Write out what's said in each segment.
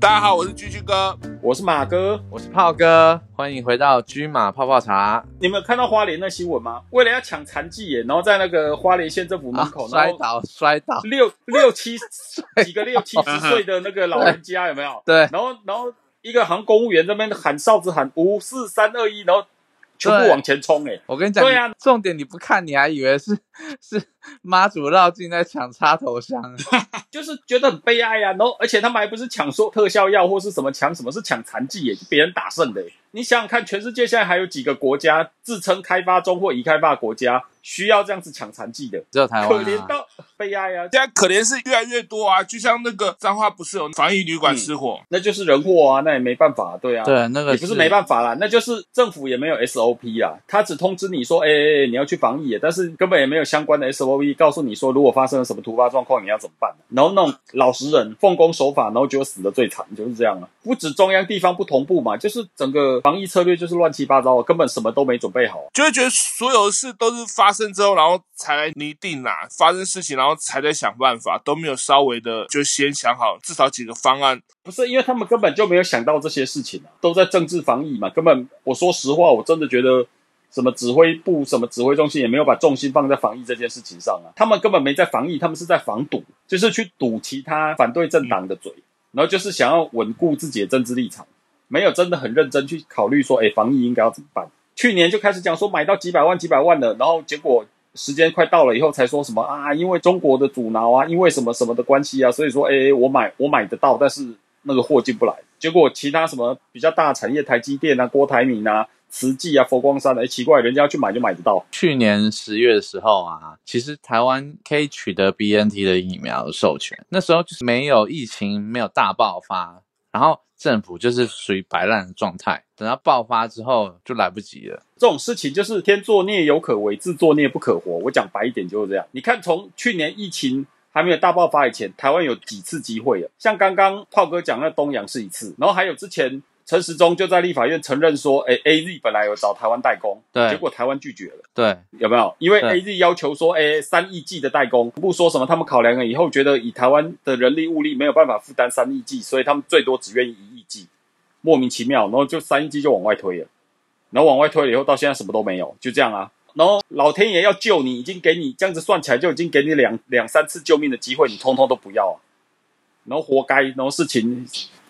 大家好，我是居居哥。我是马哥。我是炮哥，欢迎回到居马泡泡茶。你们有看到花莲那新闻吗？为了要抢残疾眼，然后在那个花莲县政府门口，啊摔然后 倒，摔倒，六六七几个六七十岁的那个老人家有没有？ 对，然后然后一个行公务员这边喊哨子喊五四三二一，然后全部对往前冲哎、欸我跟你讲，对啊你重点你不看，你还以为是 是妈祖绕境在抢插头香，就是觉得很悲哀啊。然后而且他们还不是抢说特效药或是什么抢什么，是抢残疾眼，是别人打剩的欸、你想想看，全世界现在还有几个国家自称开发中或已开发国家需要这样子抢残疾的？只有台可湾、怜啊。到悲哀啊！现在可怜是越来越多啊，就像那个彰化不是有防疫旅馆失嗯火，那就是人祸啊，那也没办法、对啊，对，那个也不是没办法啦，那就是政府也没有 SOP 啊，他只通知你说，哎、哎哎，你要去防疫，但是根本也没有相关的 SOP 告诉你说，如果发生了什么突发状况，你要怎么办、然后那种老实人奉公守法，然后结果死的最惨，就是这样啊。不止中央地方不同步嘛，就是整个防疫策略就是乱七八糟，啊根本什么都没准备好、啊就会觉得所有事都是发生之后，然后才来拟定啦、发生事情然后才在想办法，都没有稍微的就先想好至少几个方案。不是因为他们根本就没有想到这些事情啊，都在政治防疫嘛。根本我说实话，我真的觉得什么指挥部、什么指挥中心也没有把重心放在防疫这件事情上啊。他们根本没在防疫，他们是在防堵，就是去堵其他反对政党的嘴，然后就是想要稳固自己的政治立场，没有真的很认真去考虑说，哎，防疫应该要怎么办。去年就开始讲说买到几百万、几百万了，然后结果时间快到了以后才说什么啊，因为中国的阻挠啊，因为什么什么的关系啊，所以说哎、我买我买得到，但是那个货进不来。结果其他什么比较大的产业，台积电啊、郭台铭啊、慈济啊、佛光山啊，哎、奇怪，人家要去买就买得到。去年十月的时候啊，其实台湾可以取得 BNT 的疫苗授权，那时候就是没有疫情，没有大爆发，然后政府就是属于摆烂的状态，等到爆发之后就来不及了。这种事情就是天作孽犹可为，自作孽不可活。我讲白一点就是这样。你看，从去年疫情还没有大爆发以前，台湾有几次机会啊？像刚刚炮哥讲那东阳是一次，然后还有之前陈时中就在立法院承认说，哎，A Z 本来有找台湾代工，对结果台湾拒绝了。对，有没有？因为对 A Z 要求说，哎，三亿剂的代工，不说什么，他们考量了以后，觉得以台湾的人力物力没有办法负担三亿剂，所以他们最多只愿意一亿剂，莫名其妙，然后就三亿剂就往外推了，然后往外推了以后，到现在什么都没有，就这样啊。然后老天爷要救你，已经给你这样子算起来就已经给你两两三次救命的机会，你通通都不要啊，然后活该，然后事情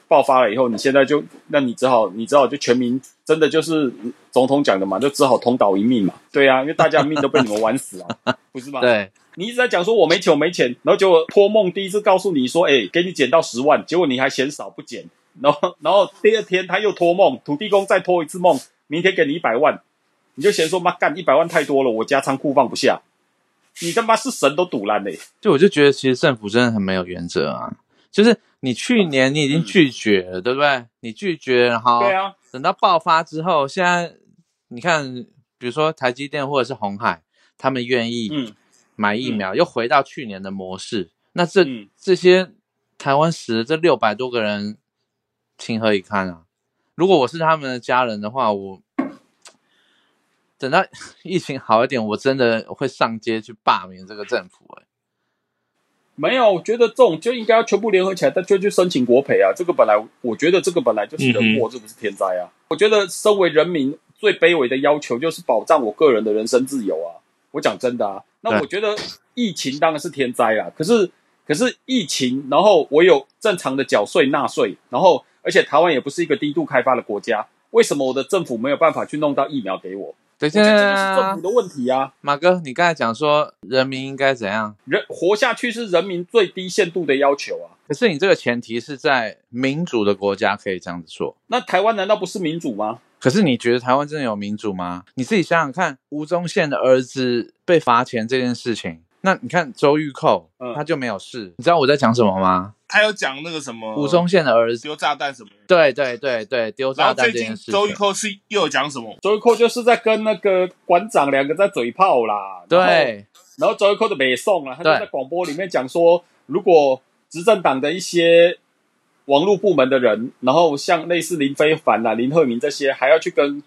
爆发了以后，你现在就，那你只好，你只好就全民真的就是总统讲的嘛，就只好同岛一命嘛。对啊，因为大家的命都被你们玩死啊， 不是吗？，对，你一直在讲说我没钱，我没钱，然后结果托梦第一次告诉你说，哎、给你减到十万，结果你还嫌少不减，然后 然后第二天他又托梦，土地公再托一次梦，明天给你一百万，你就嫌说妈干一百万太多了，我家仓库放不下，你他妈是神都堵烂嘞、欸就我就觉得其实政府真的很没有原则啊，就是你哦去年你已经拒绝了，对不对？你拒绝，然后嗯对啊，等到爆发之后，现在你看，比如说台积电或者是红海，他们愿意嗯买疫苗，又回到去年的模式。那这、嗯这些台湾死的这六百多个人，情何以堪啊！如果我是他们的家人的话，我等到 疫情好一点，我真的会上街去罢免这个政府、欸。没有，我觉得这种就应该要全部联合起来，但就去申请国赔啊！这个本来我觉得这个本来就是人祸，这不是天灾啊！我觉得身为人民最卑微的要求就是保障我个人的人身自由啊！我讲真的啊，那对我觉得疫情当然是天灾啦，可是可是疫情，然后我有正常的缴税纳税，然后而且台湾也不是一个低度开发的国家，为什么我的政府没有办法去弄到疫苗给我？等一我觉下得这就是政府的问题啊！马哥，你刚才讲说人民应该怎样？人活下去是人民最低限度的要求啊！可是你这个前提是在民主的国家可以这样子做。那台湾难道不是民主吗？可是你觉得台湾真的有民主吗？你自己想想看，吴宗宪的儿子被罚钱这件事情，那你看周玉蔻，嗯他就没有事。你知道我在讲什么吗？他有讲那个什么嗯吴宗宪的儿子，丢炸弹什么的，对对对对，丢然炸后弹最这近件事周玉情，蔻是又有讲什么？周玉蔻就是在跟那个馆长两个在嘴炮啦。然后，对然后周玉蔻就没送了，他就对在广播里面讲说，如果执政党的一些网络部门的人，然后像类似林非凡啦、林鹤鸣这些，还要去跟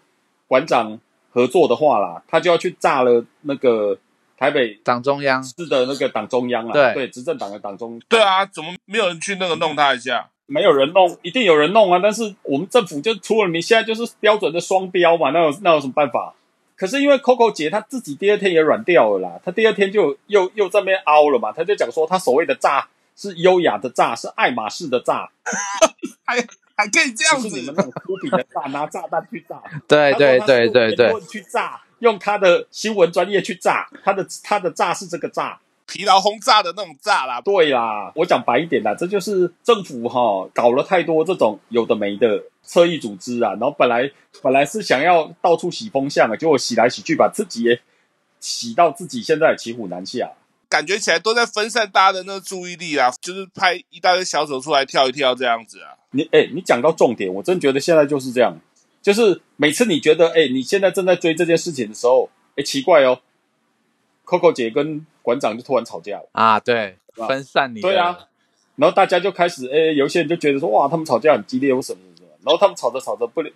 馆长合作的话啦，他就要去炸了那个台北党中央，市的那个党中央啦，对对，执政党的党中对啊，怎么没有人去那个弄他一下？没有人弄，一定有人弄啊！但是我们政府就除了你现在就是标准的双标嘛，那有那有什么办法？可是因为 Coco 姐她自己第二天也软掉了啦，她第二天就又又在那边凹了嘛，她就讲说她所谓的炸是优雅的炸，是爱马仕的炸，还可以这样不是你子，们那种粗鄙的炸，拿炸弹去炸。 对对她说她是对用对言对，论去炸，用她的新闻专业去炸，她的她的炸是这个炸。疲劳轰炸的那种炸啦，对啦，我讲白一点啦，这就是政府哈、搞了太多这种有的没的侧翼组织啊，然后本来本来是想要到处洗风向的，结果洗来洗去，把自己也洗到自己现在也骑虎难下。感觉起来都在分散大家的那个注意力啦，啊就是拍一大堆小丑出来跳一跳这样子啊。你哎、你讲到重点，我真觉得现在就是这样，就是每次你觉得哎、你现在正在追这件事情的时候，哎、奇怪哦，Coco 姐跟馆长就突然吵架了。啊，对吧，分散你的对啊，然后大家就开始，哎、有一些人就觉得说，哇，他们吵架很激烈，为什么什么？然后他们吵着吵着不了，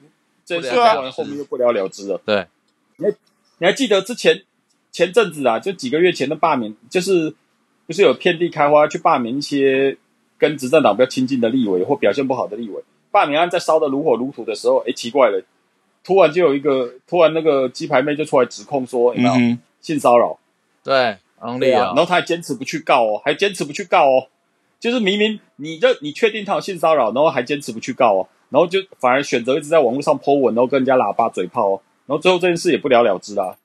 这不事了情了之完后面又不了了之了。对，你还记得之前前阵子啊，就几个月前的罢免，就是不是有遍地开花去罢免一些跟执政党比较亲近的立委或表现不好的立委？罢免案在烧得如火如荼的时候，哎、奇怪了，突然就有一个，突然那个鸡排妹就出来指控说，有没有、嗯哼，性骚扰？对对，Only 啊，然哦，后他还坚持不去告哦，还坚持不去告哦，就是明明你这你确定他有性骚扰，然后还坚持不去告哦，然后就反而选择一直在网络上 po 文，然后跟人家喇叭嘴炮哦，然后最后这件事也不了了之啦，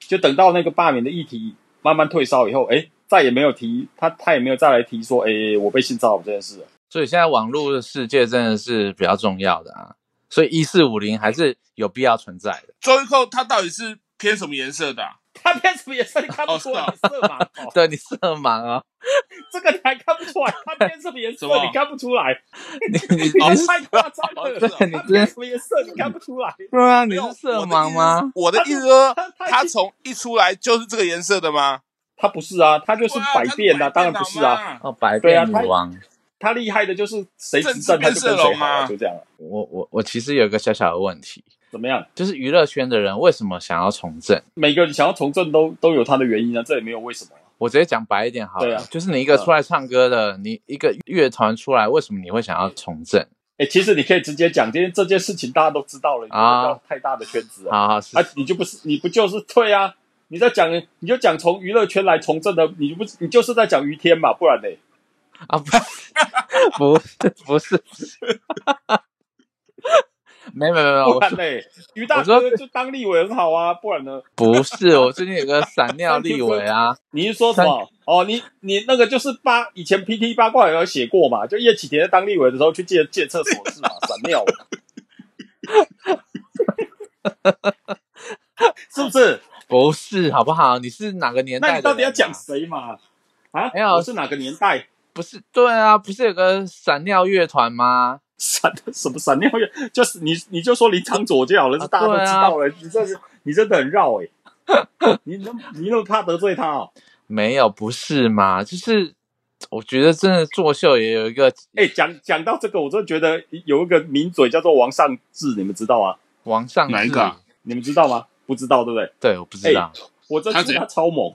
就等到那个罢免的议题慢慢退烧以后，哎，再也没有提他，他也没有再来提说，哎，我被性骚扰这件事了。所以现在网络的世界真的是比较重要的啊，所以一四五零还是有必要存在的。周玉蔻他到底是偏什么颜色的啊、他变什么颜色？你看不出来，哦你色盲哦，对你色盲啊、哦，这个你还看不出来，他变什么颜什？色么你看不出来，你 你你哦你是太夸张了，哦对你他真变的什么颜色？你看不出来。对啊，你没有是色盲吗？？我的意思说， 他他从一出来就是这个颜色的吗？他不是啊，他就是对啊百变他啊，当然不是啊。嘛。哦，百对啊变女他王。他厉害的就是谁执政治政他变就色跟龙谁好、啊啊，就这样了。我我我其实有一个小小的问题，怎么样？就是娱乐圈的人为什么想要从政？每个人想要从政都都有他的原因啊，这也没有为什么啊、我直接讲白一点好对了，啊就是你一个出来唱歌的，你一个乐团出来，为什么你会想要从政？哎、其实你可以直接讲，今天这件事情大家都知道了，你不啊要太大的圈子啊。好好是啊，你就不是你不就是对啊？你在讲你就讲从娱乐圈来从政的，你就不你就是在讲于天嘛，不然呢？啊，不是 不是不是，没没没没，不啊我然说呢？于大我说哥就当立委很好啊，不然呢？不是，我最近有个闪尿立 委啊，你是说什么？哦，你你那个就是八以前 PT 八卦有写过嘛？就叶启田在当立委的时候去借借厕所 是嘛？闪尿，是不是？不是好不好？你是哪个年代的那人啊？你到底要讲谁嘛？啊，没有我是哪个年代？不是？对啊，不是有个闪尿乐团吗？闪 什么闪尿乐？就是你你就说林长左就好了，啊这大家都知道了。你这是你真的很绕 哎、你那你那么怕得罪他哦？没有，不是嘛？就是我觉得真的作秀也有一个哎、讲讲到这个，我真的觉得有一个名嘴叫做王尚志，你们知道啊？往上哪一志个啊你们知道吗？不知道对不对？对，我不知道我真他啊觉怎得样他超猛。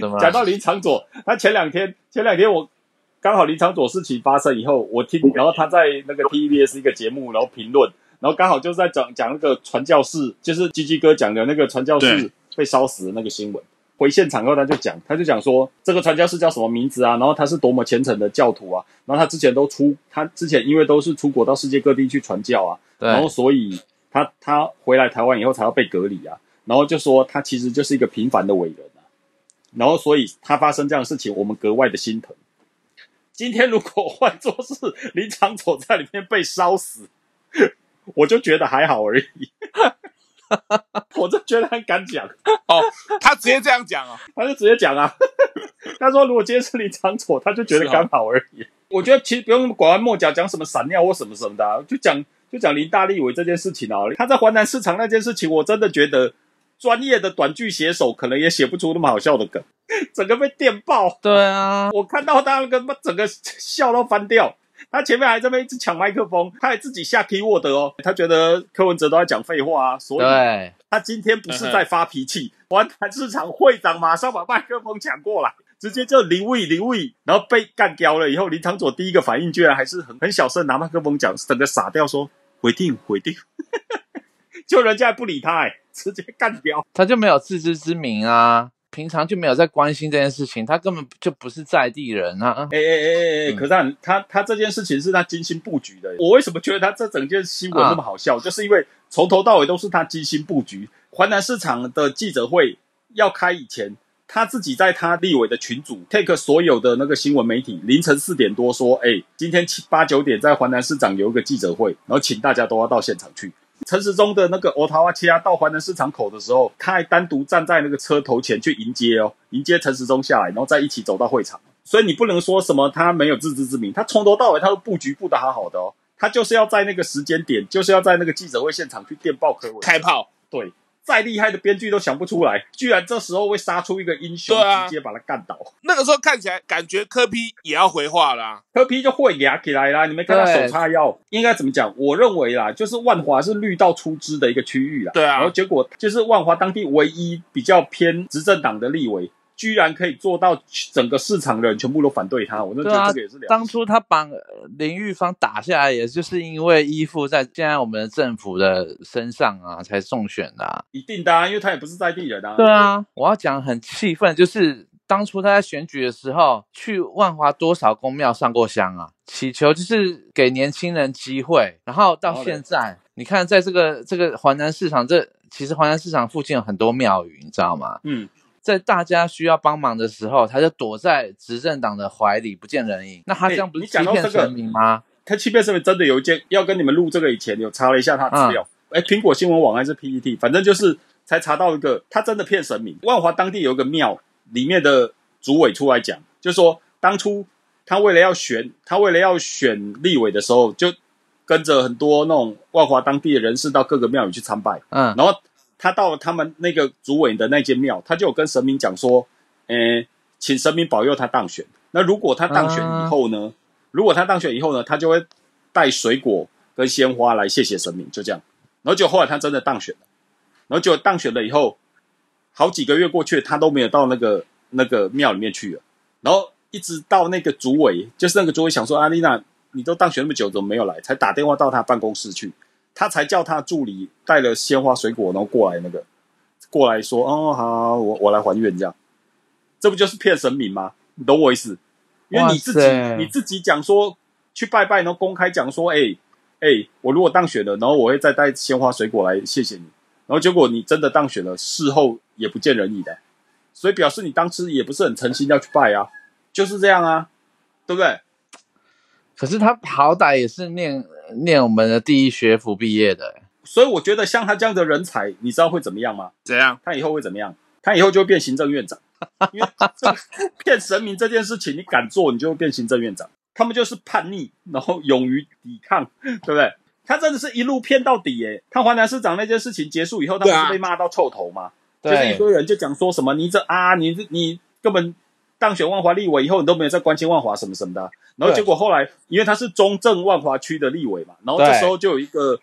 怎么了哎讲到林长佐，他前两天前两天我刚好林长佐事情发生以后，我听，嗯然后他在那个 TVBS 一个节目，然后评论，然后刚好就是在讲讲那个传教士，就是鸡鸡哥讲的那个传教士对被烧死的那个新闻。回现场后，他就讲，他就讲说这个传教士叫什么名字啊？然后他是多么虔诚的教徒啊！然后他之前都出，他之前因为都是出国到世界各地去传教啊，然后对，所以他他回来台湾以后才要被隔离啊，然后就说他其实就是一个平凡的伟人啊，然后所以他发生这样的事情，我们格外的心疼。今天如果换作是林长佐在里面被烧死， 我就觉得还好而已， 我就觉得很敢讲，哦，他直接这样讲哦，他就直接讲啊， 他说如果今天是林长佐，他就觉得刚好而已。我觉得其实不用拐弯抹角讲什么闪尿或什么什么的啊、就讲就讲林大立伟这件事情啊，他在华南市场那件事情，我真的觉得专业的短剧写手可能也写不出那么好笑的梗， 整个被电爆。对啊，我看到他那个整个笑到翻掉。他前面还在那边一直抢麦克风，他还自己下 keyword 哦。他觉得柯文哲都在讲废话啊，所以对，他今天不是在发脾气，玩坛市场会长马上把麦克风抢过来，直接就林位林位，然后被干掉了以后，林长佐第一个反应居然还是很很小声拿麦克风讲，整个傻掉说回定回定， 就人家还不理他、哎，直接干掉。他就没有自知之明啊，平常就没有在关心这件事情，他根本就不是在地人啊。哎哎哎哎哎，可是他很他他这件事情是他精心布局的。我为什么觉得他这整件新闻那么好笑，就是因为从头到尾都是他精心布局。环南市场的记者会要开以前，他自己在他立委的群组 take 所有的那个新闻媒体，凌晨四点多说，哎、今天七八九点在环南市场有一个记者会，然后请大家都要到现场去。陈时中的那个渥太华切啊到环南市场口的时候，他还单独站在那个车头前去迎接哦，迎接陈时中下来，然后再一起走到会场。所以你不能说什么他没有自知之明，他从头到尾他都布局布的好好的哦，他就是要在那个时间点，就是要在那个记者会现场去电报科文。开炮，对，再厉害的编剧都想不出来，居然这时候会杀出一个英雄，对啊直接把他干倒。那个时候看起来感觉科批也要回话啦，柯皮就会压起来啦，你没看他手对叉腰，应该怎么讲？我认为啦，就是万华是绿到出汁的一个区域啦。对啊然后结果就是万华当地唯一比较偏执政党的立委，居然可以做到整个市场的人全部都反对他，我真的觉得对啊这个也是了不起。当初他把呃林玉芳打下来，也就是因为依附在现在我们的政府的身上啊，才中选的、啊。一定的、啊，因为他也不是在地人啊。对啊，我要讲很气愤，就是当初他在选举的时候，去万华多少公庙上过香啊，祈求就是给年轻人机会。然后然后到嘞现在，你看在这个这个华南市场，这其实华南市场附近有很多庙宇，你知道吗？嗯，在大家需要帮忙的时候，他就躲在执政党的怀里不见人影。那他这样不哎是你欺讲到骗这个人民吗？他欺骗身份真的有一件，要跟你们录这个以前有查了一下他的资料，哎、苹果新闻网还是 PET，反正就是才查到一个，他真的 E 骗神明。万华当地有一个庙里面的主委出来讲，就说当初他为了要选，他为了要选立委的时候，就跟着很多那种万华当地的人士到各个庙宇去参拜，嗯，然后他到了他们那个主委的那间庙，他就有跟神明讲说，诶，请神明保佑他当选。那如果他当选以后呢？如果他当选以后呢，他就会带水果跟鲜花来谢谢神明，就这样。然后就后来他真的当选了，然后就当选了以后，好几个月过去，他都没有到那个那个庙里面去了。然后一直到那个主委，就是那个主委想说，啊阿丽娜，你都当选那么久，怎么没有来？才打电话到他办公室去，他才叫他助理带了鲜花水果，然后过来那个过来说，哦，好，我我来还愿这样，这不就是骗神明吗？你懂我意思？因为你自己哇塞你自己讲说去拜拜，然后公开讲说，哎、哎、我如果当选了，然后我会再带鲜花水果来谢谢你。然后结果你真的当选了，事后也不见人影的，所以表示你当时也不是很诚心要去拜啊，就是这样啊，对不对？可是他好歹也是念念我们的第一学府毕业的、欸所以我觉得像他这样的人才，你知道会怎么样吗？怎样？他以后会怎么样？他以后就会变行政院长，因为这个骗神明这件事情，你敢做，你就会变行政院长。他们就是叛逆，然后勇于抵抗，对不对？他真的是一路骗到底耶！他华南市长那件事情结束以后，他不对啊是被骂到臭头吗？就是一堆人就讲说什么你这啊，你这你根本当选万华立委以后，你都没有在关心万华什么什么的啊、然后对结果后来，因为他是中正万华区的立委嘛，然后这对时候就有一个，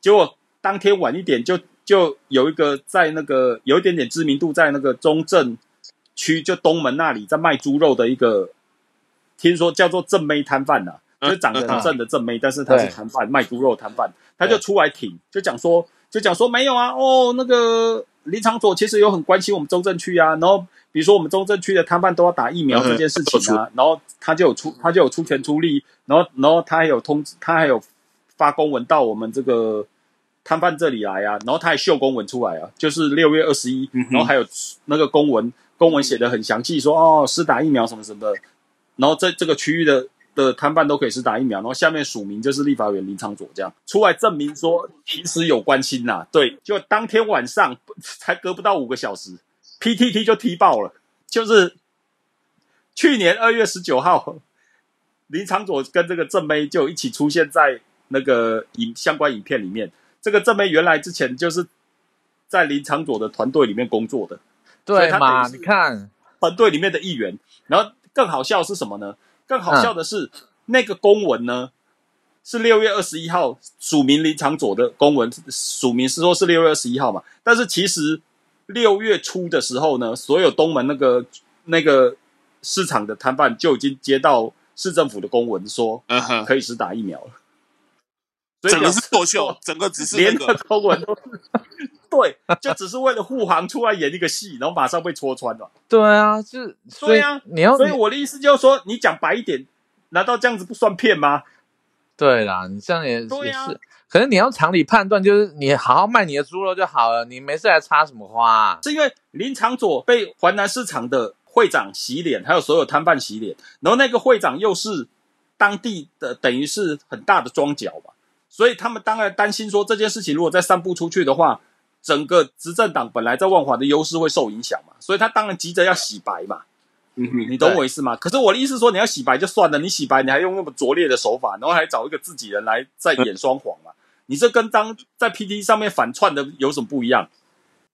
结果当天晚一点就就有一个在那个有一点点知名度在那个中正区就东门那里在卖猪肉的一个，听说叫做正妹摊贩呐、啊嗯就是长得很正的正妹，但是他是对摊贩卖猪肉摊贩，他就出来挺，就讲说就讲说没有啊，哦，那个林长佐其实有很关心我们中正区啊，然后比如说我们中正区的摊贩都要打疫苗这件事情啊，然后他就有出他就有出钱出力，然后然后他还有通知他还有发公文到我们这个摊贩这里来啊，然后他还秀公文出来啊，就是六月二十一嗯，哼然后还有那个公文公文写的很详细说哦，施打疫苗什么什么的，然后这这个区域的的摊贩都可以施打疫苗，然后下面署名就是立法委员林长佐这样出来证明说其实有关心呐、对，就当天晚上不才隔不到五个小时，PTT 就踢爆了，就是去年二月十九号，林长佐跟这个正妹就一起出现在那个影相关影片里面。这个正妹原来之前就是在林长佐的团队里面工作的，所以对他嘛？等于你是看，团队里面的一员。然后更好笑的是什么呢？更好笑的是、那个公文呢，是六月二十一号署名林长佐的公文，署名是说是六月二十一号嘛，但是其实六月初的时候呢，所有东门那个那个市场的摊贩就已经接到市政府的公文说嗯哼，可以只打疫苗了，所以整个表是示作秀，整个只是那连个个，公文都是 对，就只是为了护航出来演一个戏，然后马上被戳穿了。对啊，就是所以对啊哦你要所以我的意思就是说，你讲白一点，难道这样子不算骗吗？对啦，你这样也、对也啊是，可是你要常理判断，就是你好好卖你的猪肉就好了，你没事还插什么花、啊？是因为林长佐被华南市场的会长洗脸，还有所有摊贩洗脸，然后那个会长又是当地的，等于是很大的庄脚嘛，所以他们当然担心说这件事情如果再散布出去的话，整个执政党本来在万华的优势会受影响嘛，所以他当然急着要洗白嘛。嗯哼，你懂对我意思吗？可是我的意思是说，你要洗白就算了，你洗白你还用那么拙劣的手法，然后还找一个自己人来再演双簧嘛？你这跟当在 PT 上面反串的有什么不一样？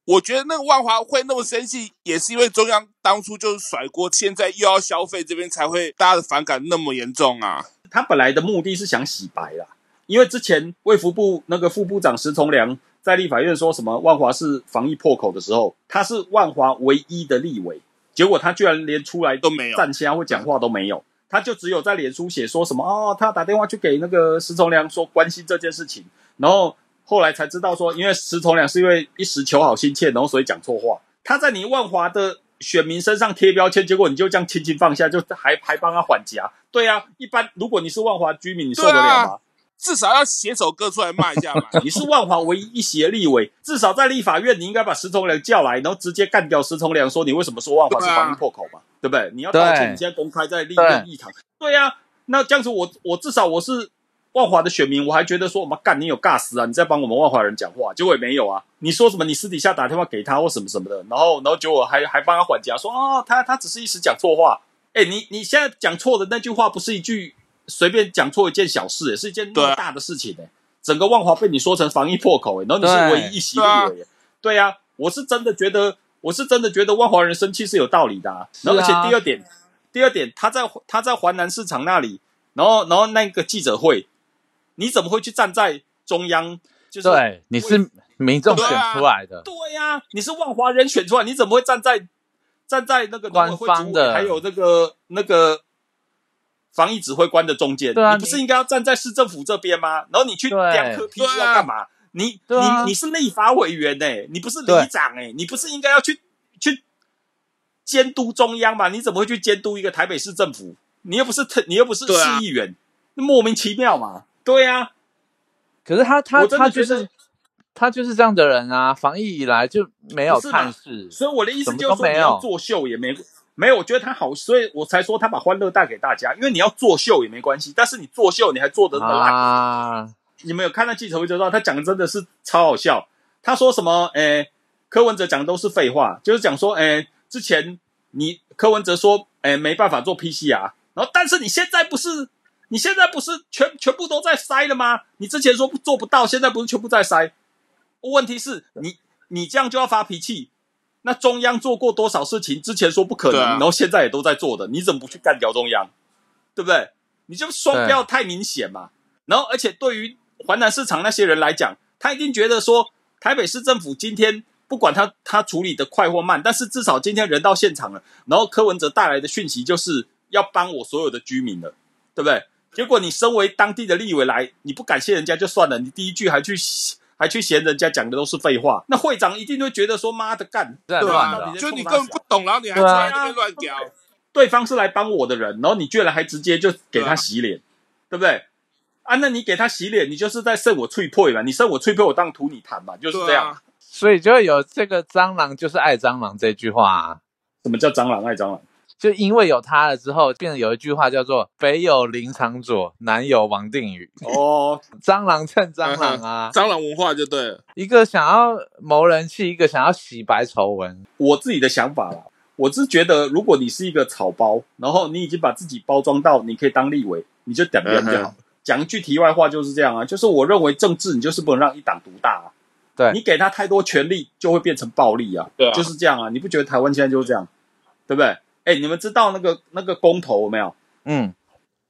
我觉得那个万华会那么生气，也是因为中央当初就是甩锅，现在又要消费这边才会大家的反感那么严重啊。他本来的目的是想洗白啦，因为之前卫福部那个副部长石崇良在立法院说什么万华是防疫破口的时候，他是万华唯一的立委，结果他居然连出来都没有站啊瞎或讲话都没有，他就只有在脸书写说什么哦，他打电话去给那个石崇良说关心这件事情，然后后来才知道说，因为石崇良是因为一时求好心切，然后所以讲错话，他在你万华的选民身上贴标签，结果你就这样轻轻放下，就还还帮他缓颊。对啊，一般如果你是万华居民，你受得了啊吗？至少要写首歌出来骂一下嘛。你是万华唯一一席的立委，至少在立法院，你应该把石崇良叫来，然后直接干掉石崇良，说你为什么说万华是防疫破口嘛，对不对？你要道歉，对你现在公开在立对院议堂，对啊，那这样子我我至少我是万华的选民，我还觉得说我们干你有尬死啊，你在帮我们万华人讲话，结果也没有啊。你说什么？你私底下打电话给他或什么什么的，然后然后结果还还帮他缓颊，说哦，他他只是一时讲错话。哎，你你现在讲错的那句话不是一句随便讲错一件小事，是一件那对么啊大的事情呢、整个万华被你说成防疫破口、哎，然后你是唯一一席立委、哎对啊，我是真的觉得，我是真的觉得万华人生气是有道理的、啊。然后而是且啊第二点，第二点，他在他在华南市场那里，然后然后那个记者会，你怎么会去站在中央？就是对，你是民众选出来的，对呀、你是万华人选出来，你怎么会站在站在那个农委会官方主委的还有那个那个防疫指挥官的中间？对啊你不是应该要站在市政府这边吗？然后你去对两颗 P 对啊是要干嘛？你对啊你你是立法委员呢、你不是里对长哎、你不是应该要去去监督中央吗？你怎么会去监督一个台北市政府？你又不是特，你又不是对啊市议员，莫名其妙嘛？对呀、啊，可是他他我真的他就觉得是他就是这样的人啊，防疫以来就没有不是嘛探视，所以我的意思什么就都是说，没你有要作秀也没没有，我觉得他好，所以我才说他把欢乐带给大家。因为你要作秀也没关系，但是你作秀你还做得那么烂，啊，你们有看到记者会就知道，他讲的真的是超好笑。他说什么？诶、柯文哲讲的都是废话，就是讲说，诶、之前你柯文哲说，诶、没办法做 PCR，然后但是你现在不是，你现在不是全全部都在筛了吗？你之前说不做不到，现在不是全部在筛？问题是你你这样就要发脾气。那中央做过多少事情？之前说不可能，对啊然后现在也都在做的，你怎么不去干掉中央？对不对？你就双标太明显嘛。然后，而且对于华南市场那些人来讲，他一定觉得说，台北市政府今天不管他他处理的快或慢，但是至少今天人到现场了。然后柯文哲带来的讯息就是要帮我所有的居民了，对不对？结果你身为当地的立委来，你不感谢人家就算了，你第一句还去还去嫌人家讲的都是废话，那会长一定会觉得说妈的干，在对乱啊的你在就你根冲他本小不懂，然后你还出对啊来这边乱屌，对方是来帮我的人，然后你居然还直接就给啊他洗脸，对不对？啊，那你给他洗脸，你就是在剩我脆破嘛，你剩我脆破，我当图你谈嘛，就是这对样。啊，所以就会有这个蟑螂就是爱蟑螂这句话、啊，什么叫蟑螂爱蟑螂？就因为有他了之后，变得有一句话叫做“北有林长佐，南有王定宇哦，”，蟑螂蹭嗯蟑螂啊，蟑螂文化就对了。一个想要谋人气，一个想要洗白仇文，我自己的想法啦，我是觉得，如果你是一个草包，然后你已经把自己包装到你可以当立委，你就点点就嗯好。讲一句题外话就是这样啊，就是我认为政治你就是不能让一党独大啊，对你给他太多权力就会变成暴力啊，对啊就是这样啊，你不觉得台湾现在就是这样，对不对？哎，你们知道那个那个公投有没有？嗯，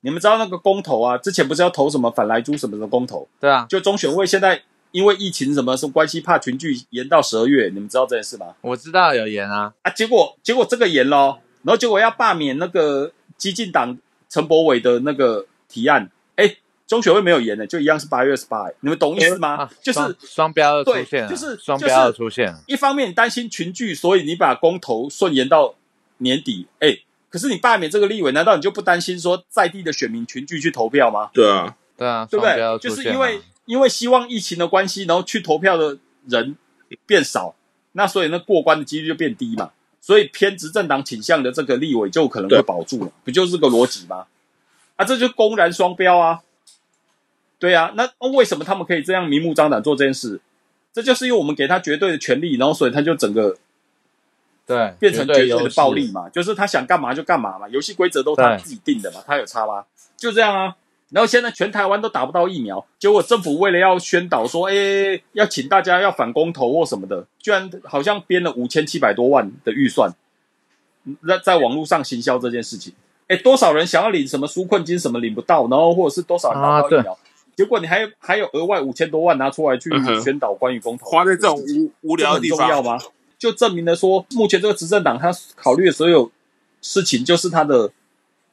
你们知道那个公投啊？之前不是要投什么反莱猪什么的公投？对啊，就中选会现在因为疫情什么什么关系，怕群聚延到十二月，你们知道这件事吗？我知道有言啊，啊，结果结果这个延咯，然后结果要罢免那个激进党陈柏伟的那个提案，哎，中学会没有延的，就一样是八月二十八，你们懂意思吗？啊，就是双双标又出现了，对就是双标就又是出现了。一方面你担心群聚，所以你把公投顺延到年底，哎，可是你罢免这个立委，难道你就不担心说在地的选民群聚去投票吗？对啊，对啊，对不双标对？就又出是现因了为。因为希望疫情的关系，然后去投票的人变少，那所以那过关的几率就变低嘛。所以偏执政党倾向的这个立委就可能会对保住了，不就是这个逻辑吗？啊，这就公然双标啊！对啊，那那为什么他们可以这样明目张胆做这件事？这就是因为我们给他绝对的权利，然后所以他就整个对，变成绝对优的势暴力。嘛，就是他想干嘛就干嘛嘛，游戏规则都他对自己定的嘛，他有差吗？就这样啊。然后现在全台湾都打不到疫苗，结果政府为了要宣导说，哎，要请大家要反公投或什么的，居然好像编了五千七百多万的预算，在在网络上行销这件事情。哎，多少人想要领什么纾困金，什么领不到，然后或者是多少人打不到疫苗，结果你还还有额外五千多万拿出来去嗯哼宣导关于公投，花在这种无无这聊的很地重要方，吗？就证明了说，目前这个执政党他考虑的所有事情，就是他的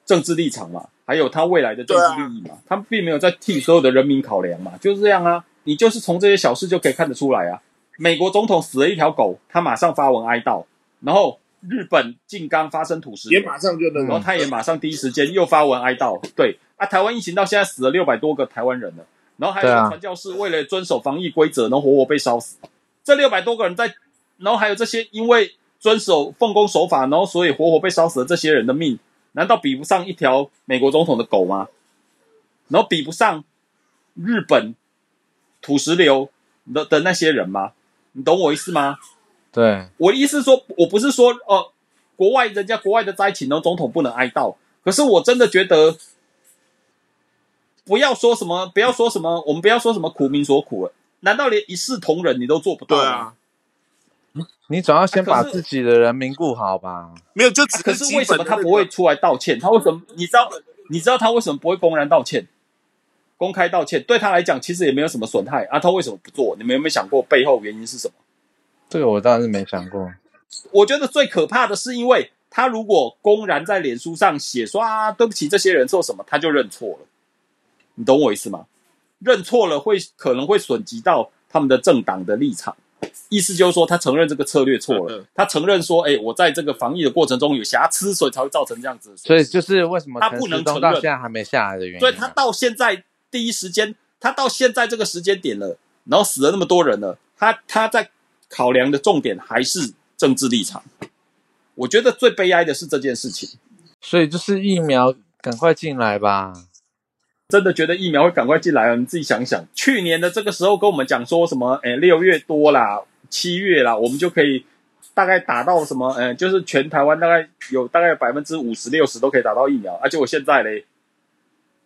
政治立场嘛，还有他未来的政治利益啊嘛，他们并没有在替所有的人民考量嘛，就是这样啊。你就是从这些小事就可以看得出来啊。美国总统死了一条狗，他马上发文哀悼，然后日本静冈发生土石也流，马上就能然后他也马上第一时间又发文哀悼。对啊，台湾疫情到现在死了六百多个台湾人了，然后还有对啊传教士为了遵守防疫规则，然后活活被烧死。这六百多个人在，然后还有这些因为遵守奉公守法，然后所以活活被烧死的这些人的命，难道比不上一条美国总统的狗吗？然后比不上日本土石流的的那些人吗？你懂我意思吗？对，我的意思是说，我不是说呃，国外人家国外的灾情，然后总统不能哀悼。可是我真的觉得，不要说什么，不要说什么，我们不要说什么苦民所苦了。难道连一视同仁你都做不到对吗？啊，你总要先啊可把是自己的人民顾好吧？没有就只啊可基为什本么的他那不个会 出来道歉？他为什么？你知道？你知道他为什么不会公然道歉、公开道歉？对他来讲，其实也没有什么损害啊。他为什么不做？你们有没有想过背后原因是什么？这个我倒是没想过。我觉得最可怕的是，因为他如果公然在脸书上写说啊，对不起，这些人做什么，他就认错了。你懂我意思吗？认错了会可能会损及到他们的政党的立场，意思就是说他承认这个策略错嗯了嗯，他承认说，哎，我在这个防疫的过程中有瑕疵，所以才会造成这样子的损失。所以就是为什么他陈不能时中承到认现在还没下来的原因啊、所以他到现在第一时间，他到现在这个时间点了，然后死了那么多人了，他他在考量的重点还是政治立场。我觉得最悲哀的是这件事情，所以就是疫苗赶快进来吧。真的觉得疫苗会赶快进来了，你自己想想，去年的这个时候跟我们讲说什么，哎，六月多啦，七月啦，我们就可以大概打到什么，嗯，就是全台湾大概有大概百分之五十六十都可以打到疫苗，而且我现在嘞，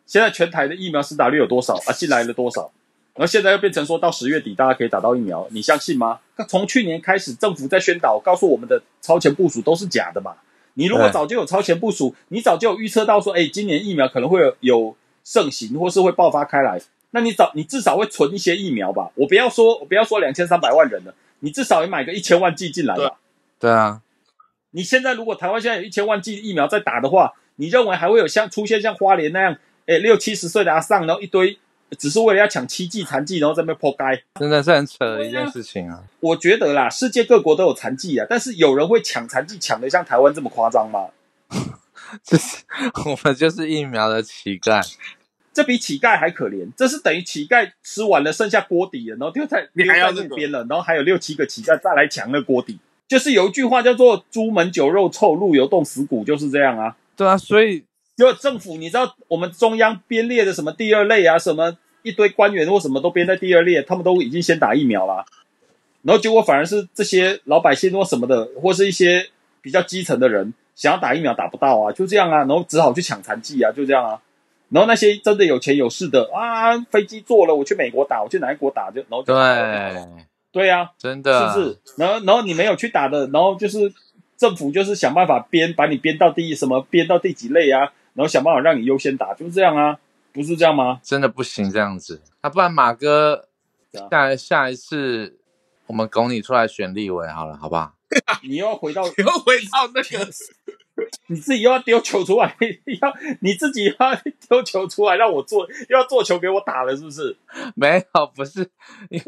现在全台的疫苗施打率有多少啊？进来了多少？然后现在又变成说到十月底大家可以打到疫苗，你相信吗？从去年开始，政府在宣导告诉我们的超前部署都是假的嘛。你如果对早就有超前部署，你早就有预测到说，哎，今年疫苗可能会有有盛行，或是会爆发开来，那你早你至少会存一些疫苗吧？我不要说，我不要说两千三百万人了，你至少也买个一千万剂进来吧对。对啊，你现在如果台湾现在有一千万剂疫苗在打的话，你认为还会有像出现像花莲那样，诶六七十岁的阿上，然后一堆只是为了要抢七剂残剂，然后在那边泼街？真的是很扯的对啊一件事情啊。我觉得啦，世界各国都有残疾啊，但是有人会抢残疾抢的像台湾这么夸张吗？就是 我们就是疫苗的乞丐，这比乞丐还可怜，这是等于乞丐吃完了剩下锅底了，然后丢在你丢还要在这个路边了，然后还有六七个乞丐再来抢那锅底。就是有一句话叫做“朱门酒肉臭，路有冻死骨”，就是这样啊。对啊，所 以就政府，你知道我们中央编列的什么第二类啊，什么一堆官员或什么都编在第二列，他们都已经先打疫苗啦。然后结果反而是这些老百姓或什么的，或是一些比较基层的人想要打疫苗打不到啊，就这样啊，然后只好去抢残剂啊，就这样啊。然后那些真的有钱有势的啊，飞机坐了，我去美国打，我去哪一国打就，然后就对，对啊，真的是不是？然后然后你没有去打的，然后就是政府就是想办法编，把你编到第一什么编到第几类啊，然后想办法让你优先打，就是这样啊，不是这样吗？真的不行这样子。那、不然马哥对啊下下一次我啊们拱你出来选立委好了，好不好？你又要回到 又回到那个你自己又要丢球出来，要你自己又要丢球出来，让我做，又要做球给我打了，是不 是？ 没有，不是，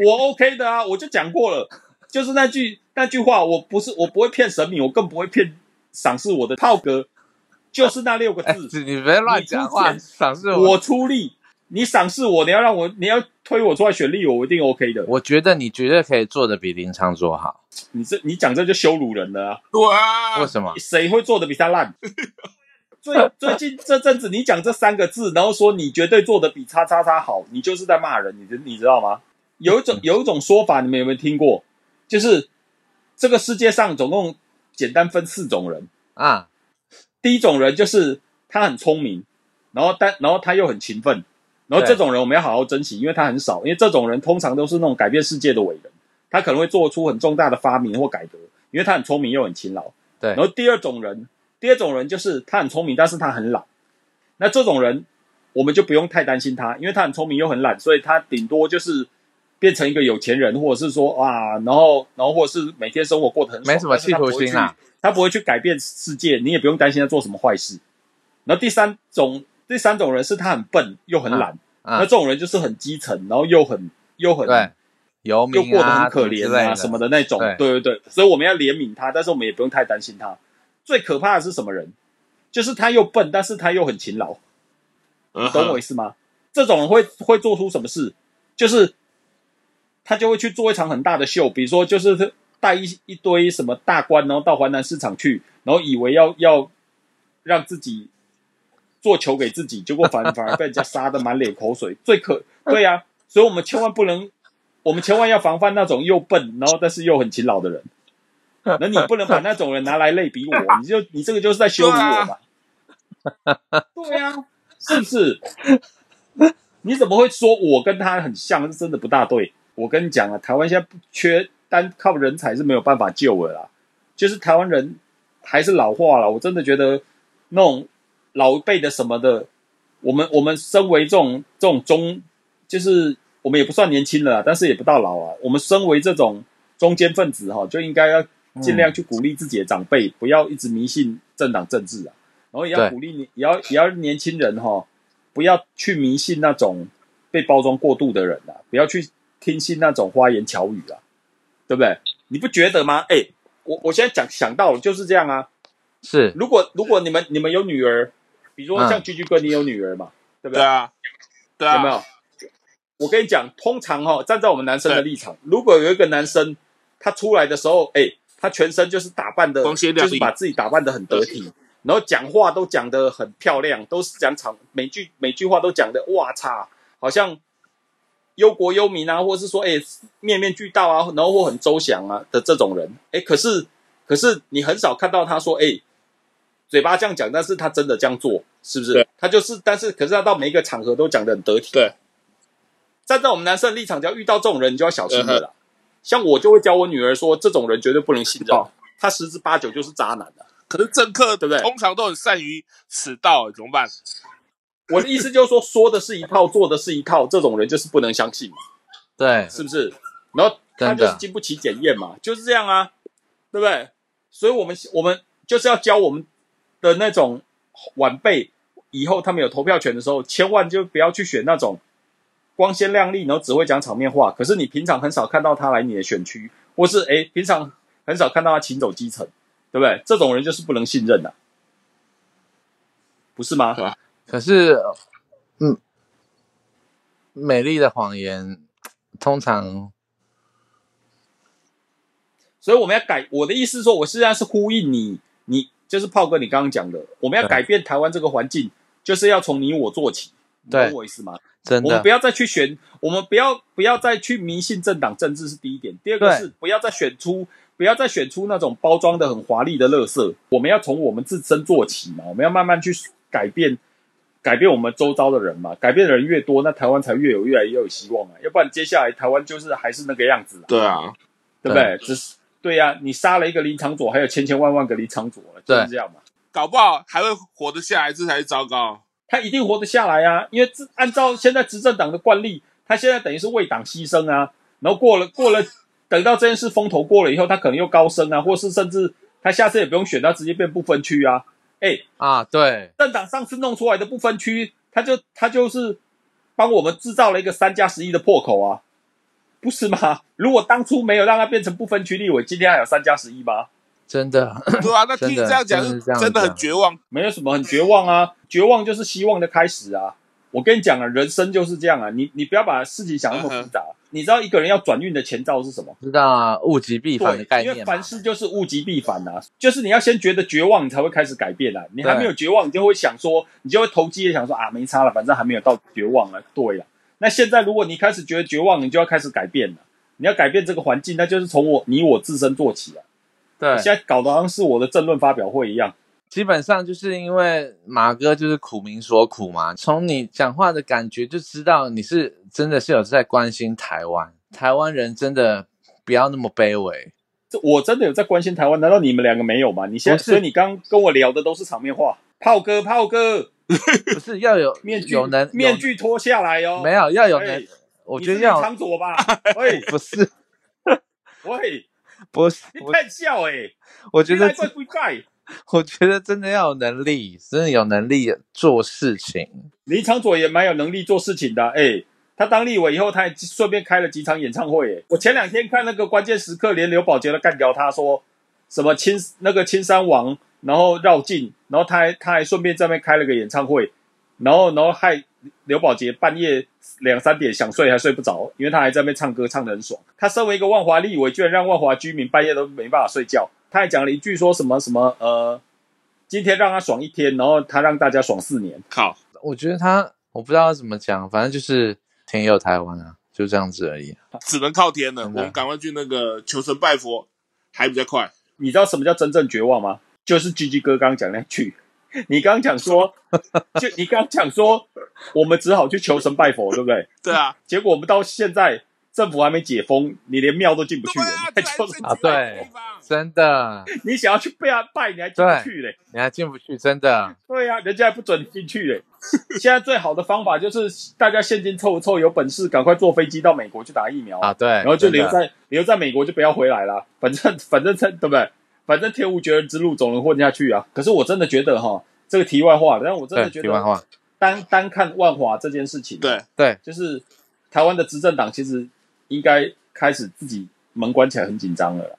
我 OK 的啊，我就讲过了，就是那句那句话，我不是我不会骗神明，我更不会骗赏识我的炮哥，就是那六个哎字，你别乱讲话，你之赏识我我出力，你赏识我，你要让我，你要推我出来选立我，我一定 OK 的。我觉得你绝对可以做的比林昌卓好。你这你讲这就羞辱人了啊！对啊，为什么？谁会做的比他烂？最最近这阵子，你讲这三个字，然后说你绝对做的比叉叉叉好，你就是在骂人，你知你知道吗？有一种有一种说法，你们有没有听过？就是这个世界上总共简单分四种人，啊？第一种人就是他很聪明，然后但然后他又很勤奋，然后这对种人我们要好好珍惜，因为他很少，因为这种人通常都是那种改变世界的伟人，他可能会做出很重大的发明或改革，因为他很聪明又很勤劳。对然后第二种人，第二种人就是他很聪明，但是他很懒。那这种人我们就不用太担心他，因为他很聪明又很懒，所以他顶多就是。变成一个有钱人，或者是说啊，然后，然后，或者是每天生活过得很爽没什么企图但是他心不会去啊。他不会去改变世界，你也不用担心他做什么坏事。然后第三种，第三种人是他很笨又很懒，那啊这，种人就是很基层，然后又很又很对，游又民过得啊，很可怜啊什什么么的那种。对对对对，所以我们要怜悯他，但是我们也不用太担心他。最可怕的是什么人？就是他又笨，但是他又很勤劳。嗯哼懂我意思吗？这种人会会做出什么事？就是他就会去做一场很大的秀，比如说就是带一一堆什么大官，然后到华南市场去，然后以为要要让自己做球给自己，结果反反而被人家杀的满脸口水。最可 对呀、所以我们千万不能，我们千万要防范那种又笨，然后但是又很勤劳的人。那你不能把那种人拿来类比我，你就你这个就是在羞辱我吧？对呀、是不是？你怎么会说我跟他很像？这真的不大对。我跟你讲啊，台湾现在不缺，单靠人才是没有办法救的啦。就是台湾人还是老化了，我真的觉得那种老一辈的什么的，我们我们身为这种这种中，就是我们也不算年轻了啦，但是也不到老啊。我们身为这种中间分子哈，就应该要尽量去鼓励自己的长辈，不要一直迷信政党政治啊。然后也要对鼓励你，也要也要年轻人哈，不要去迷信那种被包装过度的人啊，不要去听信那种花言巧语啊，对不对？你不觉得吗？哎、我我现在讲想到了就是这样啊。是如果如果你们你们有女儿，比如说嗯像居居哥，你有女儿嘛，对不对对？啊，对啊，有没有？我跟你讲，通常哈、哦，站在我们男生的立场，如果有一个男生他出来的时候，哎，他全身就是打扮的，光鲜亮就丽是把自己打扮的很得体，然后讲话都讲得很漂亮，都是讲场每句每句话都讲的哇擦，好像忧国忧民啊，或是说哎面面俱到啊，然后或很周详啊的这种人，哎，可是可是你很少看到他说哎。嘴巴这样讲，但是他真的这样做，是不是对？他就是，但是可是他到每一个场合都讲的很得体，对，站在我们男生的立场，只要遇到这种人，你就要小心了嗯啦。像我就会教我女儿说，这种人绝对不能信任哦，他十之八九就是渣男啊的。可是政客对不对通常都很善于迟到，怎么办？我的意思就是说，说的是一套，做的是一套，这种人就是不能相信嘛，对，是不是？然后他真就是的经不起检验嘛，就是这样啊，对不对？所以我们我们就是要教我们的那种晚辈，以后他们有投票权的时候，千万就不要去选那种光鲜亮丽，然后只会讲场面话，可是你平常很少看到他来你的选区，或是诶平常很少看到他行走基层，对不对？这种人就是不能信任的、不是吗？可是，嗯，美丽的谎言通常所以我们要改。我的意思是说，我实际上是呼应你，你就是炮哥你刚刚讲的，我们要对改变台湾这个环境，就是要从你我做起。你对懂我意思吗？真我们的不要再去选，我们不要不要再去迷信政党政治是第一点，第二个对是不要再选出不要再选出那种包装的很华丽的乐色，我们要从我们自身做起嘛，我们要慢慢去改变改变我们周遭的人嘛，改变的人越多，那台湾才越有越来越有希望啊，要不然接下来台湾就是还是那个样子啊。对啊，对不对？只是对呀、你杀了一个林场佐，还有千千万万个林场佐，就是对这样嘛。搞不好还会活得下来，这才是糟糕。他一定活得下来啊，因为这按照现在执政党的惯例，他现在等于是为党牺牲啊。然后过了过了，等到这件事风头过了以后，他可能又高升啊，或是甚至他下次也不用选，他直接变不分区啊。哎、啊，对，政党上次弄出来的不分区，他就他就是帮我们制造了一个三加十一的破口啊，不是吗？如果当初没有让它变成不分区立委，今天还有三加十一吗？真的，对啊，那听真你的这样讲真是的是这样真的很讲绝望。没有什么很绝望啊，绝望就是希望的开始啊。我跟你讲啊，人生就是这样啊，你你不要把事情想嗯那么复杂。啊你知道一个人要转运的前兆是什么？知道啊，物极必反的概对，因为念嘛凡。事就是物极必反啊，就是你要先觉得绝望，你才会开始改变啊。你还没有绝望，你就会想说，你就会投机的想说啊，没差了，反正还没有到绝望了。对了，那现在如果你开始觉得绝望，你就要开始改变了。你要改变这个环境，那就是从我你我自身做起啊。对，现在搞得好像是我的政论发表会一样。基本上就是因为马哥就是苦民所苦嘛，从你讲话的感觉就知道你是真的是有在关心台湾，台湾人真的不要那么卑微。这我真的有在关心台湾，难道你们两个没有吗？你现在，不是所以你刚跟我聊的都是场面话，炮哥，炮哥，不是要有面具有能面具脱下来哦有，没有要有哎能，我你觉得是要李长左 吧？喂不是喂，不是你我，骗笑哎，我觉你来得怪不怪？我觉得真的要有能力，真的有能力做事情。李长左也蛮有能力做事情的，哎。他当立委以后，他也顺便开了几场演唱会。哎我前两天看那个关键时刻，连刘宝杰都干掉他说什么青那个青山王，然后绕境，然后他还他还顺便在那边开了个演唱会，然后然后害刘宝杰半夜两三点想睡还睡不着，因为他还在那边唱歌唱得很爽。他身为一个万华立委，居然让万华居民半夜都没办法睡觉。他还讲了一句说什么什么呃，今天让他爽一天，然后他让大家爽四年。靠，我觉得他我不知道怎么讲，反正就是天佑台湾啊，就这样子而已。只能靠天了。我真的们赶快去那个求神拜佛，还比较快。你知道什么叫真正绝望吗？就是 G G 哥刚刚讲那句， 你刚刚讲说，就你刚刚讲说，我们只好去求神拜佛，对不对？对啊，结果我们到现在政府还没解封，你连庙都进不去对了，啊，你还 这还求是什最么啊绝望的对地方真的，你想要去拜拜，你还进不去嘞？你还进不去，真的。对呀、人家还不准你进去嘞。 现在最好的方法就是大家现金凑一凑，有本事赶快坐飞机到美国去打疫苗啊，对，然后就真的留在留在美国就不要回来啦，反正反正在对不对？反正天无绝人之路，总能混下去啊。可是我真的觉得哈，这个题外话，但我真的对觉题外得话，单单看万华这件事情，对，对，就是台湾的执政党其实应该开始自己门关起来很紧张了啦，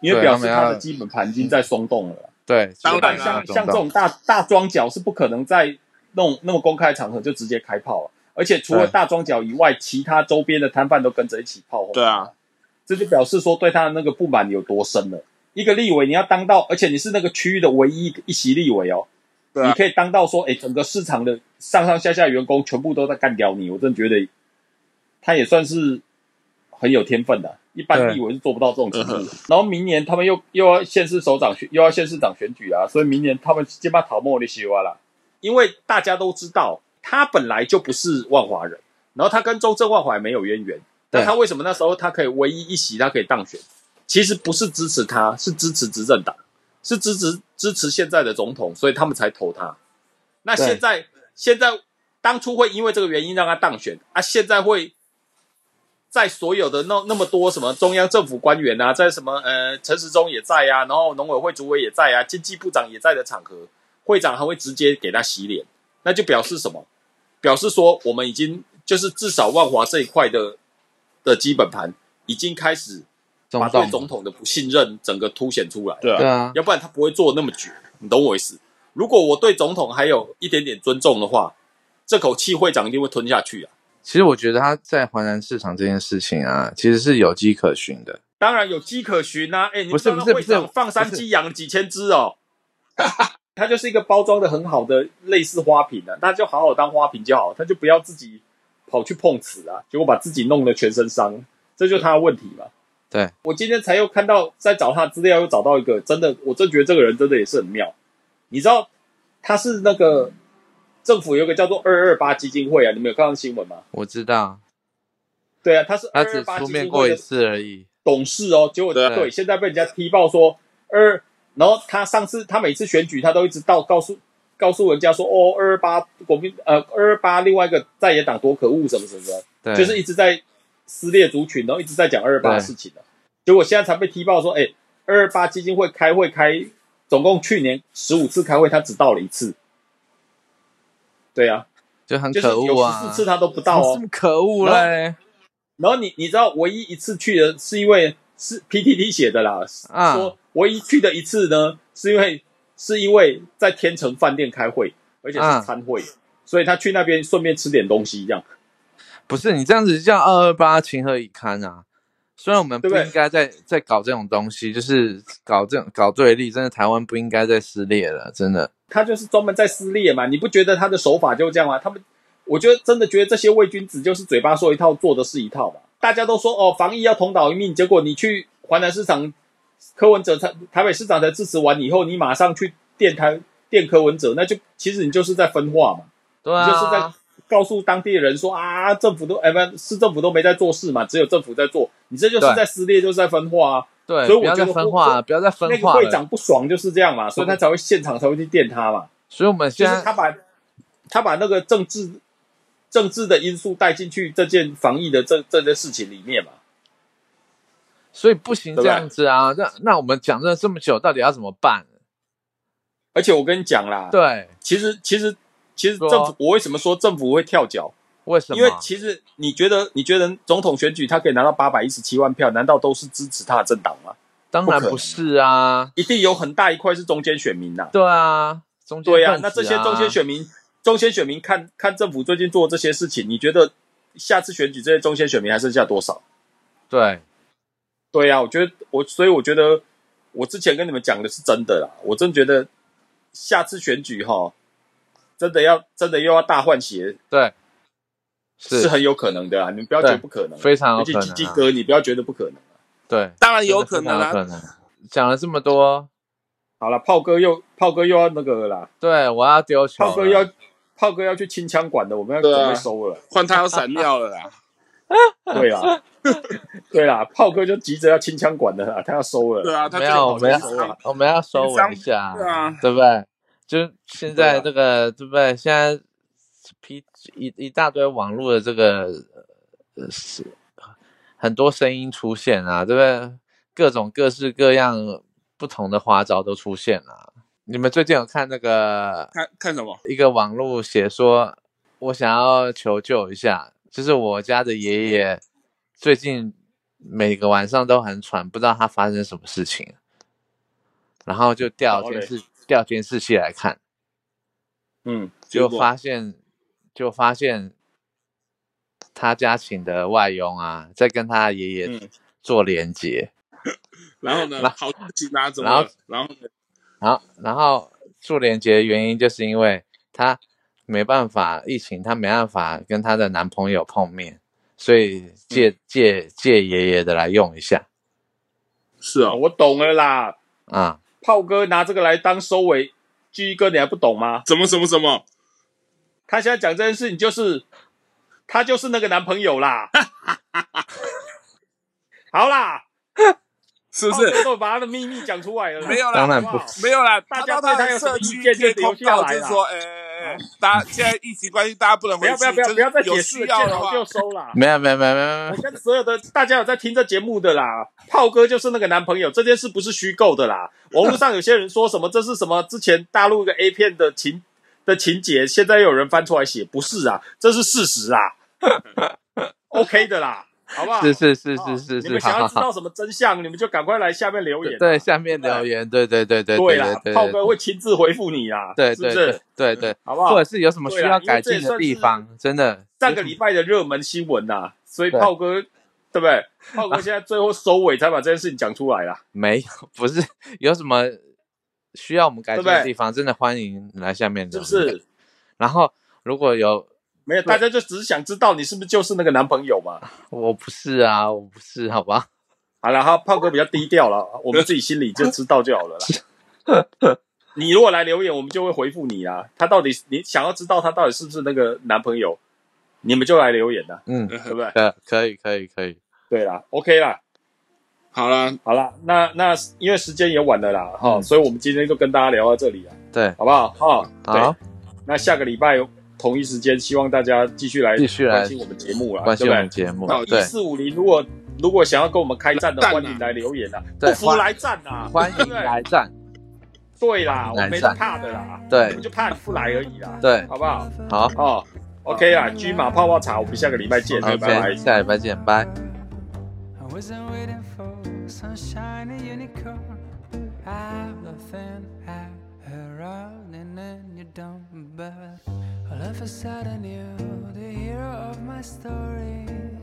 因为对表示他们他要的基本盘已经在松动了啦。对，当然啊像像这种大大庄脚是不可能在那种那么公开的场合就直接开炮了、而且除了对大庄脚以外，其他周边的摊贩都跟着一起炮轰。对啊，这就表示说对他的那个不满有多深了。一个立委你要当到，而且你是那个区域的唯一一席立委哦，对啊你可以当到说，哎，整个市场的上上下下员工全部都在干掉你，我真的觉得他也算是很有天分的、啊一般对立委是做不到这种程度的。嗯然后明年他们又又要县市首长选，又要县市长选举啊，所以明年他们先把桃木的洗完了，因为大家都知道他本来就不是万华人，然后他跟中正万华也没有渊源，对那他为什么那时候他可以唯一一席他可以当选？其实不是支持他，是支持执政党，是支持支持现在的总统，所以他们才投他。那对现在现在当初会因为这个原因让他当选啊，现在会在所有的那那么多什么中央政府官员啊，在什么呃陈时中也在啊，然后农委会主委也在啊，经济部长也在的场合，会长还会直接给他洗脸，那就表示什么？表示说我们已经就是至少万华这一块的的基本盘已经开始把对中东总统的不信任整个凸显出来。对对啊，啊，要不然他不会做那么绝，你懂我意思？如果我对总统还有一点点尊重的话，这口气会长一定会吞下去啊。其实我觉得他在华南市场这件事情啊，其实是有迹可循的。当然有迹可循啊，哎，你不是知道那不是会长不是放山鸡养了几千只哦， 它就是一个包装的很好的类似花瓶啊，那就好好当花瓶就好，他就不要自己跑去碰瓷啊，结果把自己弄得全身伤，这就是他的问题嘛。对，我今天才又看到，在找他资料，又找到一个真的，我真觉得这个人真的也是很妙。你知道他是那个政府有一个叫做二二八基金会啊，你们有看到新闻吗？我知道，对啊，他是他二只二八出基面金过会一的次而已。董事哦，结果对对啊现在被人家踢爆说二，然后他上次他每次选举他都一直到告诉告诉人家说哦二二八国民呃二二八另外一个在野党多可恶什么什么的，对，就是一直在撕裂族群，然后一直在讲二二八的事情的。结果现在才被踢爆说，哎、2二二八基金会开会开总共去年十五次开会，他只到了一次。对啊，就很就是可有恶十啊！四次他都不到这哦。么可恶欸嘞！然后你你知道，唯一一次去的是因为是 PTT 写的啦，啊说唯一去的一次呢，是因为是因为在天成饭店开会，而且啊是餐会，所以他去那边顺便吃点东西这样。不是你这样子叫二二八，情何以堪啊！虽然我们不对不对应该再再搞这种东西，就是搞这种搞对立，真的台湾不应该再撕裂了，真的。他就是专门在撕裂嘛，你不觉得他的手法就是这样吗？他们，我觉得真的觉得这些伪君子就是嘴巴说一套，做的是一套嘛。大家都说哦，防疫要同岛一命，结果你去华南市场，柯文哲台台北市长才支持完以后，你马上去电台电柯文哲，那就其实你就是在分化嘛，对啊，你就是在告诉当地人说啊，政府都哎不市政府都没在做事嘛，只有政府在做，你这就是对在撕裂，就是在分化啊。对，所以我不要觉再得分会化了，会不要再分那个化会了。长不爽就是这样嘛，所以他才会现场才会去电他嘛。所以我们就现是他在把他把那个政治政治的因素带进去这件防疫的这这件事情里面嘛。所以不行对这不对样子啊！那那我们讲了这么久，到底要怎么办？啊而且我跟你讲啦，对，其实其实其实说政府，我为什么说政府会跳脚？为什么？因为其实你觉得你觉得总统选举他可以拿到八百一十七万票，难道都是支持他的政党吗？当不然可能不是啊，一定有很大一块是中间选民呐、对啊，中间对分啊子，那这些中间选民，中间选民看看政府最近做这些事情，你觉得下次选举这些中间选民还剩下多少？对对啊，我觉得我，所以我觉得我之前跟你们讲的是真的啦。我真觉得下次选举哈，真的要真的又要大换血对是是很有可能的啊！你们不要觉得对不可能，非常有尤可其能鸡鸡啊，哥，你不要觉得不可能。对，当然有可真的能啊非啦、常有可能。讲了这么多，好了，炮哥又炮哥又要那个了啦，对我要丢球了，炮哥要炮哥要去清枪管的，我们要对啊准备收了。换他要闪尿了啦。对啦， 对啦，炮哥就急着要清枪管的啦，他要收了对啦。啊，他没最有，好我们要的是我们要收尾一下，对啊对不对？就现在这个，对不对？现在批一一大堆网络的这个呃是很多声音出现啊，对不对？各种各式各样不同的花招都出现了、你们最近有看那个看看什么？一个网络写说，我想要求救一下，就是我家的爷爷最近每个晚上都很喘，不知道他发生什么事情，然后就调然后嘞监视调监视器来看，嗯，结就果发现就发现他家请的外佣啊，在跟他爷爷嗯做连接。然后 呢？好事情啊，怎么然后了？然后呢然后，然后做连接的原因就是因为她没办法，疫情她没办法跟她的男朋友碰面，所以借、嗯借借爷爷的来用一下是哦，我懂了啦。啊、炮哥拿这个来当收尾，居哥你还不懂吗？怎么什么什么？他现在讲这件事情就是，他就是那个男朋友 啦。好啦，是不是？都把他的秘密讲出来了啦。没有啦，当然好不好， 没有啦，大他家到他对他的有什么社意区见贴就留通下告，来就是啦说，哎哎哎，大家现在疫情关系，大家不能不回要去，不要不就是要不要再解有释需了，要见的好话就收啦。没有没有没有没有没我有，跟所有的大家有在听这节目的啦，炮哥就是那个男朋友，这件事不是虚构的啦。网络上有些人说什么这是什么之前大陆一个 A 片的情的情节，现在又有人翻出来写，不是啊，这是事 实啊，OK 的啦，好不好？是是是好是是哦你是，们想好要好知道好，什么真相，你们就赶快来下面留言啊。对，下面留言，对对对对对对啦，对炮对哥会亲自回复你啦，对是不对是对？对对，好不好或者？是有什么需对啦要因为改这也进的算地是方，真的上个礼拜的热门新闻呐，所以对炮哥对不对？炮哥现在最后收尾才把这件事情讲出来 啦。没有不是有什么需要我们改进的对不对地方，真的欢迎来下面是留不言，是？然后如果有没有，大家就只是想知道你是不是就是那个男朋友嘛。我不是啊，我不是，好吧？好了，哈，炮哥比较低调了，我们自己心里就知道就好了啦。 你如果来留言，我们就会回复你啦。他到底你想要知道他到底是不是那个男朋友，你们就来留言啦，嗯，对不对？可可以，可以，可以。对啦，OK 啦，好啦，好啦，那那因为时间也晚了啦，哈、嗯所以我们今天就跟大家聊到这里了，啊对，好不好？哈、好，对，那下个礼拜同一时间，希望大家继续来继续来关心我们节目啦，关心对我不对们？节目到，底一对，四五零，如果如果想要跟我们开战的，来战啊欢迎来留言啊！对不服来战啊！欢对迎不对来战，对啦，我们懒没散怕的啦，对我们就怕你不来而已啦，对，好不好？好，哦，OK 啦，军马泡泡茶，我们下个礼拜见，嗯好，拜拜下。下礼拜见，拜。 I wasn't waiting for sunshine and unicorn. I laughing at her rolling in your dome, but all of a sudden you, the hero of my story.